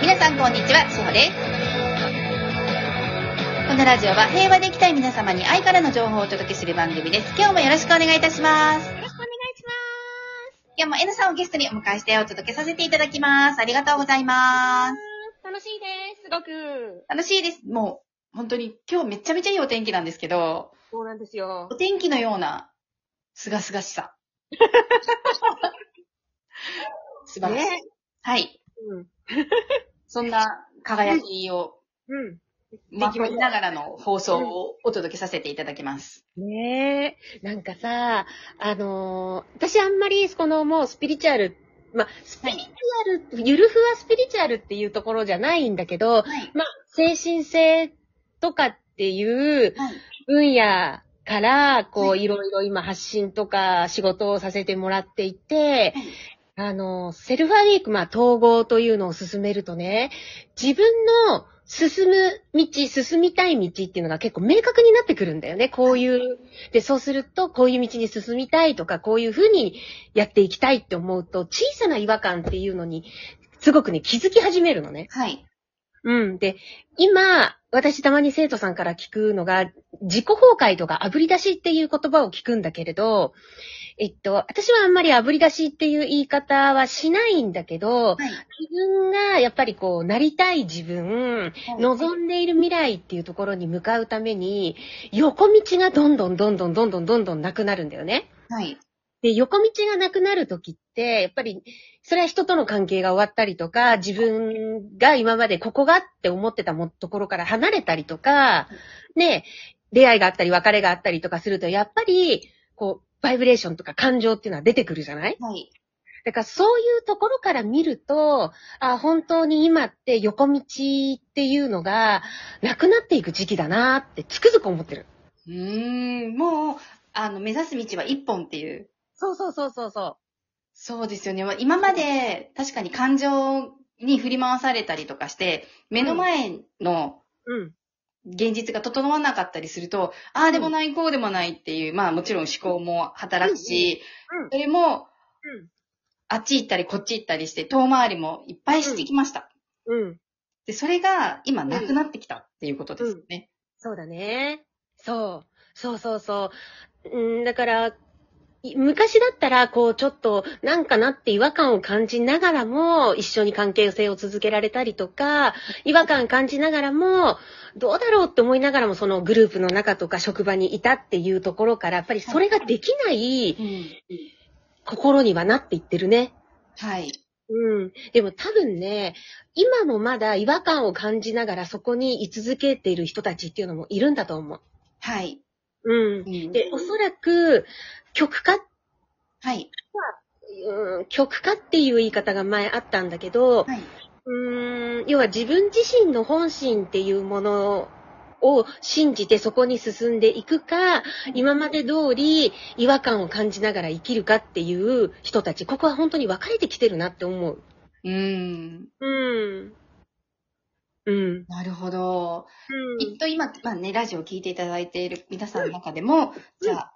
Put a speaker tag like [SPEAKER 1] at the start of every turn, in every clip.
[SPEAKER 1] 皆さんこんにちは、しほです。このラジオは平和で生きたい皆様に愛からの情報をお届けする番組です。今日もよろしくお願いいたします。
[SPEAKER 2] よろしくお願いします。
[SPEAKER 1] 今日もえなさんをゲストにお迎えしてお届けさせていただきます。ありがとうございます。
[SPEAKER 2] 楽しいです、すごく。
[SPEAKER 1] 楽しいです。もう、本当に今日めちゃめちゃいいお天気なんですけど、
[SPEAKER 2] そうなんですよ
[SPEAKER 1] お。天気のような、すがすがし さ。素晴らしい。
[SPEAKER 2] ね。
[SPEAKER 1] はい。
[SPEAKER 2] うん。
[SPEAKER 1] そんな輝きを
[SPEAKER 2] うん。
[SPEAKER 1] まきながらの放送をお届けさせていただきます。
[SPEAKER 2] ねえ。なんかさ、あのー私あんまり、このもうスピリチュアル、まあ、スピリチュアル、ゆるふわスピリチュアルっていうところじゃないんだけど、
[SPEAKER 1] はい。
[SPEAKER 2] まあ、精神性とかっていう
[SPEAKER 1] はい。
[SPEAKER 2] 分野から、こ
[SPEAKER 1] は
[SPEAKER 2] う、
[SPEAKER 1] い
[SPEAKER 2] いろいろ今発信とか仕事をさせてもらっていて、
[SPEAKER 1] はい
[SPEAKER 2] あの、セルフアウェイク、まあ、統合というのを進めるとね、自分の進む道、進みたい道っていうのが結構明確になってくるんだよね。こういう、で、そうすると、こういう道に進みたいとか、こういうふうにやっていきたいって思うと、小さな違和感っていうのに、すごくね、気づき始めるのね。
[SPEAKER 1] はい。
[SPEAKER 2] うん。で、今、私たまに生徒さんから聞くのが、自己崩壊とかあぶり出しっていう言葉を聞くんだけれど、えっと、私はあんまりあぶり出しっていう言い方はしないんだけど、
[SPEAKER 1] はい。
[SPEAKER 2] 自分がやっぱりこう、なりたい自分、望んでいる未来っていうところに向かうために、横道がどんどんどんどんどんどんどんどんなくなるんだよね。
[SPEAKER 1] はい。
[SPEAKER 2] で、横道がなくなるときって、やっぱり、それは人との関係が終わったりとか、自分が今までここがって思ってたもところから離れたりとか、ね、出会いがあったり別れがあったりとかすると、やっぱり、こう、バイブレーションとか感情っていうのは出てくるじゃない
[SPEAKER 1] はい。
[SPEAKER 2] だからそういうところから見ると、あ、本当に今って横道っていうのがなくなっていく時期だなってつくづく思ってる。
[SPEAKER 1] うーん、もう、あの、目指す道は一本っていう。
[SPEAKER 2] そうそうそうそうそ
[SPEAKER 1] そうですよね。今まで、確かに感情に振り回されたりとかして、目の前の
[SPEAKER 2] う。うん。
[SPEAKER 1] 現実が整わなかったりすると、ああでもない、こうでもないっていう、まあもちろん思考も働くし
[SPEAKER 2] うんうん、
[SPEAKER 1] それも、
[SPEAKER 2] うん。
[SPEAKER 1] あっち行ったりこっち行ったりして、遠回りもいっぱいしてきました。
[SPEAKER 2] うん。
[SPEAKER 1] で、それが今なくなってきたっていうことですよね。
[SPEAKER 2] そうだね。そう。そうそうそう。うん、だから、い昔だったら、こう、ちょっと、なんかなって違和感を感じながらも、一緒に関係性を続けられたりとか、違和感感じながらも、どうだろうって思いながらも、そのグループの中とか職場にいたっていうところから、やっぱりそれができない
[SPEAKER 1] うん
[SPEAKER 2] 心にはなっていってるね。
[SPEAKER 1] はい。
[SPEAKER 2] うん。でも多分ね、今もまだ違和感を感じながらそこに居続けている人たちっていうのもいるんだと思う。
[SPEAKER 1] はい。
[SPEAKER 2] うん。で、おそらく、曲化、
[SPEAKER 1] はい。
[SPEAKER 2] うん、曲化っていう言い方が前あったんだけど、
[SPEAKER 1] はい。
[SPEAKER 2] うん、要は自分自身の本心っていうものを信じてそこに進んでいくか、今まで通り違和感を感じながら生きるかっていう人たち、ここは本当に分かれてきてるなって思う。
[SPEAKER 1] うーん。
[SPEAKER 2] うん。うん。
[SPEAKER 1] なるほど。きっと今、まあね、ラジオを聞いていただいている皆さんの中でも、じゃあ、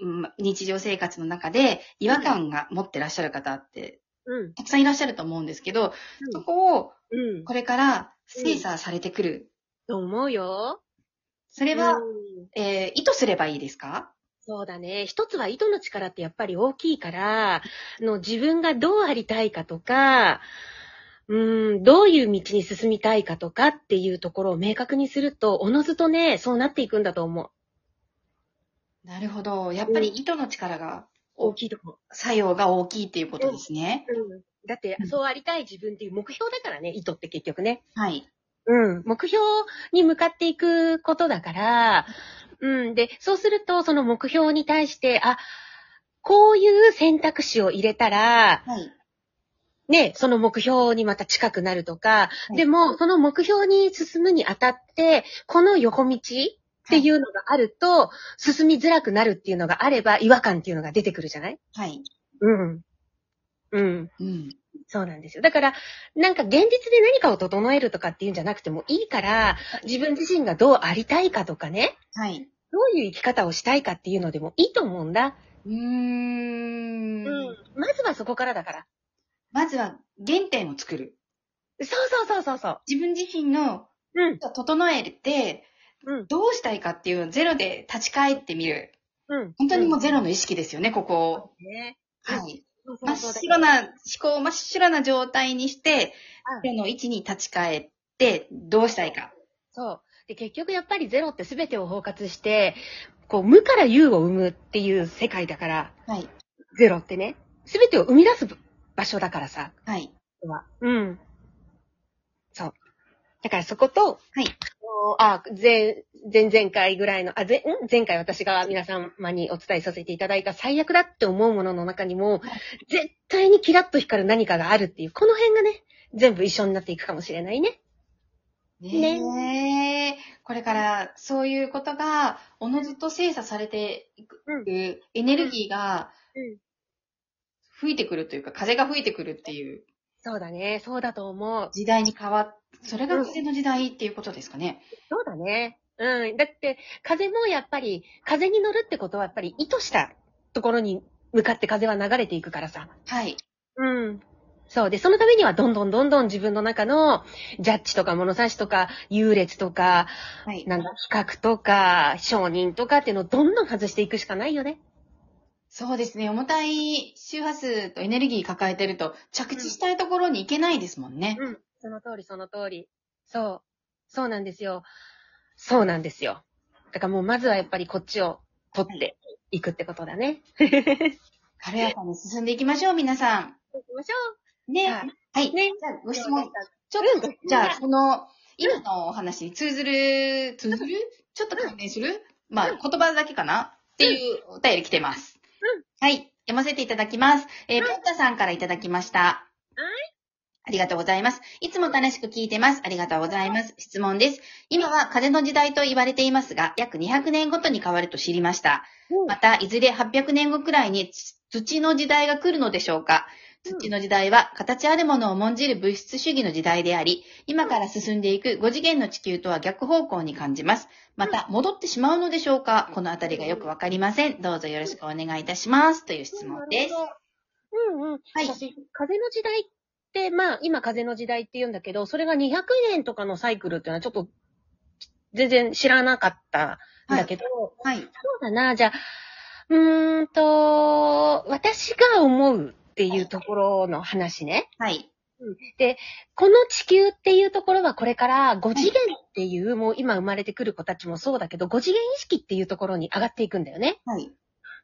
[SPEAKER 1] うん日常生活の中で違和感が持ってらっしゃる方って、
[SPEAKER 2] うん。
[SPEAKER 1] たくさんいらっしゃると思うんですけど、
[SPEAKER 2] うん
[SPEAKER 1] そこを
[SPEAKER 2] うん。
[SPEAKER 1] これから精査されてくる。
[SPEAKER 2] と思うよ。
[SPEAKER 1] そ
[SPEAKER 2] で
[SPEAKER 1] れは、
[SPEAKER 2] うん
[SPEAKER 1] えー意図すればいいですか
[SPEAKER 2] そうだね。一つは糸の力ってやっぱり大きいから、あの自分がどうありたいかとか、うん、どういう道に進みたいかとかっていうところを明確にすると、おのずとね、そうなっていくんだと思う。
[SPEAKER 1] なるほど。やっぱり意図の力が、
[SPEAKER 2] 大きいと思う。
[SPEAKER 1] 作用が大きいっていうことですね。
[SPEAKER 2] うん、だって、
[SPEAKER 1] うん
[SPEAKER 2] そうありたい自分っていう目標だからね、糸って結局ね。
[SPEAKER 1] はい。
[SPEAKER 2] うん。目標に向かっていくことだから、うん。で、そうすると、その目標に対して、あ、こういう選択肢を入れたら、
[SPEAKER 1] はい。
[SPEAKER 2] ね、その目標にまた近くなるとか、
[SPEAKER 1] い
[SPEAKER 2] でも、その目標に進むにあたって、この横道っていうのがあると、進みづらくなるっていうのがあれば、違和感っていうのが出てくるじゃない
[SPEAKER 1] はい。
[SPEAKER 2] うん。うん。
[SPEAKER 1] うん。
[SPEAKER 2] そうなんですよ。だから、なんか現実で何かを整えるとかっていうんじゃなくてもいいから、自分自身がどうありたいかとかね、
[SPEAKER 1] はい。
[SPEAKER 2] どういう生き方をしたいかっていうのでもいいと思うんだ。
[SPEAKER 1] うーん
[SPEAKER 2] う。まずはそこからだから。
[SPEAKER 1] まずは原点を作る。
[SPEAKER 2] そうそうそうそう。
[SPEAKER 1] 自分自身の、
[SPEAKER 2] うん。
[SPEAKER 1] 整えて、
[SPEAKER 2] うん。
[SPEAKER 1] どうしたいかっていうのをゼロで立ち返ってみる。
[SPEAKER 2] うん。
[SPEAKER 1] 本当にもうゼロの意識ですよね、ここ
[SPEAKER 2] う。ね。
[SPEAKER 1] を。
[SPEAKER 2] うん
[SPEAKER 1] はい。
[SPEAKER 2] そうそ
[SPEAKER 1] 真
[SPEAKER 2] うそう
[SPEAKER 1] っ白な、思考を真っ白な状態にして、
[SPEAKER 2] う
[SPEAKER 1] ゼロの位置に立ち返って、どうしたいか。
[SPEAKER 2] そう。で、結局やっぱりゼロって全てを包括して、こう、無から有を生むっていう世界だから、
[SPEAKER 1] はい。
[SPEAKER 2] ゼロってね、全てを生み出す場所だからさ。
[SPEAKER 1] はい。
[SPEAKER 2] うん。そう。だからそこと、
[SPEAKER 1] はい
[SPEAKER 2] こう。あ、前、前々回ぐらいの、あ、前、ん前回私が皆様にお伝えさせていただいた最悪だって思うものの中にも、絶対にキラッと光る何かがあるっていう、この辺がね、全部一緒になっていくかもしれないね。
[SPEAKER 1] ねえ。これから、そういうことが、おのずと精査されていく
[SPEAKER 2] うん
[SPEAKER 1] エネルギーが
[SPEAKER 2] うん、
[SPEAKER 1] 吹いてくるというか、風が吹いてくるっていう
[SPEAKER 2] そうだね。そうだと思う。
[SPEAKER 1] 時代に変わっ、それが風の時代っていうことですかね。
[SPEAKER 2] そうだね。うん。だって、風もやっぱり、風に乗るってことはやっぱり意図したところに向かって風は流れていくからさ。
[SPEAKER 1] はい。
[SPEAKER 2] うん。そう。で、そのためにはどんどんどんどん自分の中のジャッジとか物差しとか優劣とか、
[SPEAKER 1] はい。
[SPEAKER 2] なんだ、比較とか承認とかっていうのをどんどん外していくしかないよね。
[SPEAKER 1] そうですね。重たい周波数とエネルギー抱えてると、着地したいところに行けないですもんね。
[SPEAKER 2] うん。その通り、その通り。そう。そうなんですよ。そうなんですよ。だからもうまずはやっぱりこっちを取っていくってことだね。
[SPEAKER 1] 軽やかに進んでいきましょう、皆さん。
[SPEAKER 2] 行きましょ
[SPEAKER 1] ね。
[SPEAKER 2] は
[SPEAKER 1] はいい。
[SPEAKER 2] う。ね。
[SPEAKER 1] じゃあ、ご質問。ちょっと、
[SPEAKER 2] うん
[SPEAKER 1] じゃあ、この、今のお話に通ずる、通ずるちょっと関連するまあ、言葉だけかなっていうお便り来てます。はい。読ませていただきます。えー、ポッタさんからいただきました。ありがとうございます。いつも楽しく聞いてます。ありがとうございます。質問です。今は風の時代と言われていますが、約200年ごとに変わると知りました。また、いずれ800年後くらいに土土の時代が来るのでしょうか
[SPEAKER 2] うん
[SPEAKER 1] 土の時代は形あるものを重んじる物質主義の時代であり、今から進んでいく5次元の地球とは逆方向に感じます。また、戻ってしまうのでしょうかこのあたりがよくわかりません。どうぞよろしくお願いいたします。という質問です。
[SPEAKER 2] うんうん。
[SPEAKER 1] はい
[SPEAKER 2] 私、風の時代って、まあ、今風の時代って言うんだけど、それが200年とかのサイクルっていうのはちょっと、全然知らなかったんだけど、
[SPEAKER 1] はい。
[SPEAKER 2] そうだな、じゃあ、うーんと、私が思うっていうところの話ね。
[SPEAKER 1] はい。
[SPEAKER 2] この地球っていうところはこれから5次元っていう、もう今生まれてくる子たちもそうだけど、5次元意識っていうところに上がっていくんだよね。
[SPEAKER 1] はい。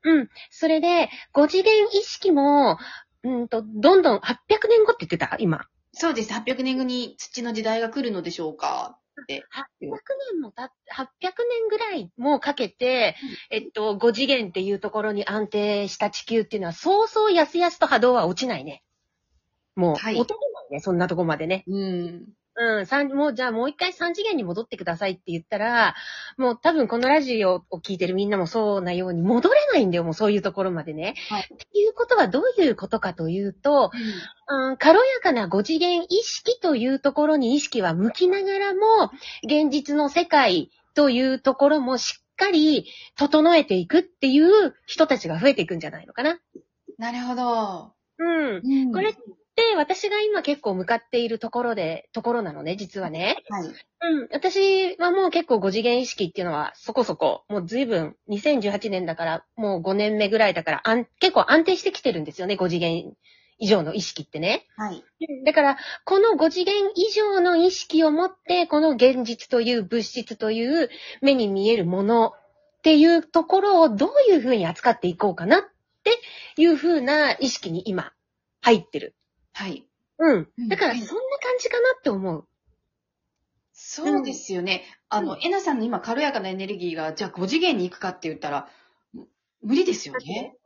[SPEAKER 2] うん。それで、5次元意識も、うんと、どんどん800年後って言ってた今。
[SPEAKER 1] そうです。800年後に土の時代が来るのでしょうかって。
[SPEAKER 2] 800年もたっ、800年ぐらいもかけて、えっと、5次元っていうところに安定した地球っていうのは、そうそうやすやすと波動は落ちないね。もう、
[SPEAKER 1] はい
[SPEAKER 2] 落とせないね、そんなとこまでね。
[SPEAKER 1] うん。
[SPEAKER 2] うん、三、もうじゃあもう一回3次元に戻ってくださいって言ったら、もう多分このラジオを聞いてるみんなもそうなように戻れないんだよ、もうそういうところまでね。
[SPEAKER 1] はい
[SPEAKER 2] っていうことはどういうことかというと、うん、軽やかな5次元意識というところに意識は向きながらも、現実の世界というところもしっかり整えていくっていう人たちが増えていくんじゃないのかな。
[SPEAKER 1] なるほど。
[SPEAKER 2] うん。
[SPEAKER 1] うん
[SPEAKER 2] これって私が今結構向かっているところで、ところなのね、実はね。
[SPEAKER 1] はい。
[SPEAKER 2] うん。私はもう結構5次元意識っていうのはそこそこ、もう随分2018年だから、もう5年目ぐらいだから、あん結構安定してきてるんですよね、5次元以上の意識ってね。
[SPEAKER 1] はい。
[SPEAKER 2] だから、この5次元以上の意識を持って、この現実という物質という目に見えるものっていうところをどういうふうに扱っていこうかなっていうふうな意識に今入ってる。
[SPEAKER 1] はい。
[SPEAKER 2] うん
[SPEAKER 1] うん。
[SPEAKER 2] だから、そんな感じかなって思う。
[SPEAKER 1] そうですよね。あの、えなさんの今軽やかなエネルギーが、じゃあ5次元に行くかって言ったら、む無理ですよね。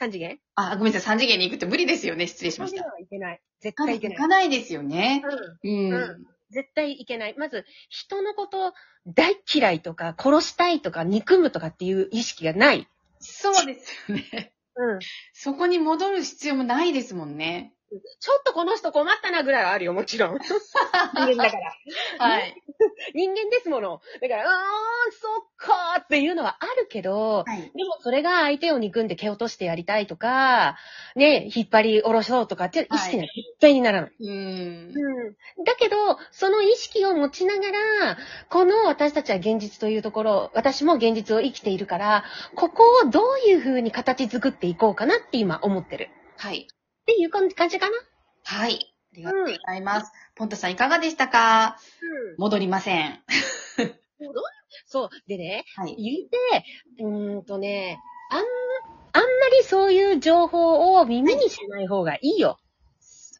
[SPEAKER 2] 3次元
[SPEAKER 1] あ、ごめんなさい、3次元に行くって無理ですよね。失礼しま
[SPEAKER 2] 三
[SPEAKER 1] し
[SPEAKER 2] 次
[SPEAKER 1] た
[SPEAKER 2] 元。はいけない。絶
[SPEAKER 1] 行
[SPEAKER 2] 対いけ
[SPEAKER 1] 行
[SPEAKER 2] ない。
[SPEAKER 1] かないですよね。
[SPEAKER 2] うん
[SPEAKER 1] うん。
[SPEAKER 2] うん絶対いけない。まず、人のこと大嫌いとか、殺したいとか、憎むとかっていう意識がない。
[SPEAKER 1] そうですよね。
[SPEAKER 2] うん。
[SPEAKER 1] そこに戻る必要もないですもんね。
[SPEAKER 2] ちょっとこの人困ったなぐらいはあるよ、もちろん。 人間だから。
[SPEAKER 1] はい。
[SPEAKER 2] 人間ですもの。だから、うーん、そっかーっていうのはあるけど、
[SPEAKER 1] はい。
[SPEAKER 2] でもそれが相手を憎んで蹴落としてやりたいとか、ね、引っ張り下ろそうとかっていう意識には絶対にならない。
[SPEAKER 1] うーん。
[SPEAKER 2] うんだけど、その意識を持ちながら、この私たちは現実というところ、私も現実を生きているから、ここをどういう風に形作っていこうかなって今思ってる。
[SPEAKER 1] はい。
[SPEAKER 2] っていう感じかな
[SPEAKER 1] はい。ありがとうございます。ポンタさんいかがでしたか
[SPEAKER 2] う
[SPEAKER 1] 戻りません。
[SPEAKER 2] ん。そう。でね、
[SPEAKER 1] はい。
[SPEAKER 2] 言うて、うーんとね、あん、あんまりそういう情報を耳にしない方がいいよ。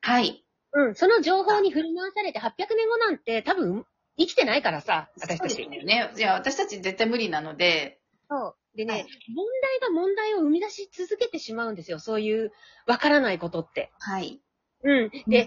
[SPEAKER 1] はい。
[SPEAKER 2] うん。その情報に振り回されて800年後なんて多分生きてないからさ、私た
[SPEAKER 1] そう
[SPEAKER 2] ち。
[SPEAKER 1] ですよね。いや、私たち絶対無理なので、
[SPEAKER 2] そう。でね、
[SPEAKER 1] はい
[SPEAKER 2] 問題が問題を生み出し続けてしまうんですよ。そういう、わからないことって。
[SPEAKER 1] はい。
[SPEAKER 2] うん。で、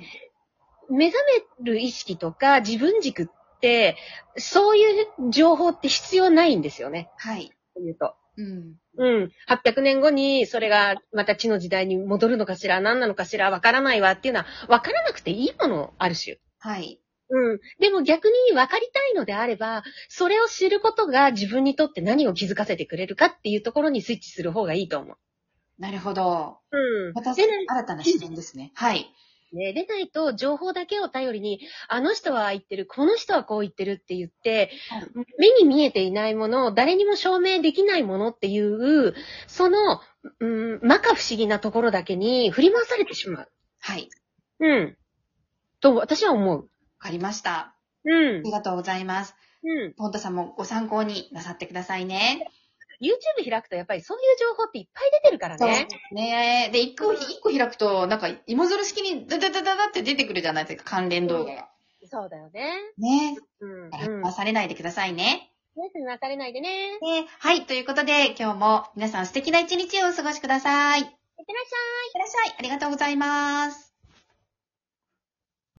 [SPEAKER 2] 目覚める意識とか自分軸って、そういう情報って必要ないんですよね。
[SPEAKER 1] はい。
[SPEAKER 2] 言うと。
[SPEAKER 1] うん。
[SPEAKER 2] うん。800年後に、それがまた地の時代に戻るのかしら、何なのかしら、わからないわっていうのは、わからなくていいもの、ある種。
[SPEAKER 1] はい。
[SPEAKER 2] うん。でも逆に分かりたいのであれば、それを知ることが自分にとって何を気づかせてくれるかっていうところにスイッチする方がいいと思う。
[SPEAKER 1] なるほど。
[SPEAKER 2] うん。
[SPEAKER 1] また
[SPEAKER 2] でない
[SPEAKER 1] 新たな視点ですね。はい。
[SPEAKER 2] ね、でないと、情報だけを頼りに、あの人はああ言ってる、この人はこう言ってるって言って、
[SPEAKER 1] はい
[SPEAKER 2] 目に見えていないもの、誰にも証明できないものっていう、その、うん、まか不思議なところだけに振り回されてしまう。
[SPEAKER 1] はい。わ
[SPEAKER 2] うん。と、私は思う。
[SPEAKER 1] かりました。
[SPEAKER 2] うん
[SPEAKER 1] あり。がとうございます。
[SPEAKER 2] うん。
[SPEAKER 1] ポンタさんもご参考になさってくださいね。
[SPEAKER 2] YouTube 開くと、やっぱりそういう情報っていっぱい出てるからね。
[SPEAKER 1] ねえ。で、一個、一個開くと、なんか、芋づる式にダダダダダって出てくるじゃないですか、関連動画が。
[SPEAKER 2] そうだよね。
[SPEAKER 1] ねえ。
[SPEAKER 2] うん。
[SPEAKER 1] だから
[SPEAKER 2] うん。
[SPEAKER 1] 騙されないでくださいね。
[SPEAKER 2] なされないでね。いっ
[SPEAKER 1] ねはい。ということで、今日も皆さん素敵な一日をお過ごしください。いって
[SPEAKER 2] らっしゃい。
[SPEAKER 1] らっしゃい。ありがとうございます。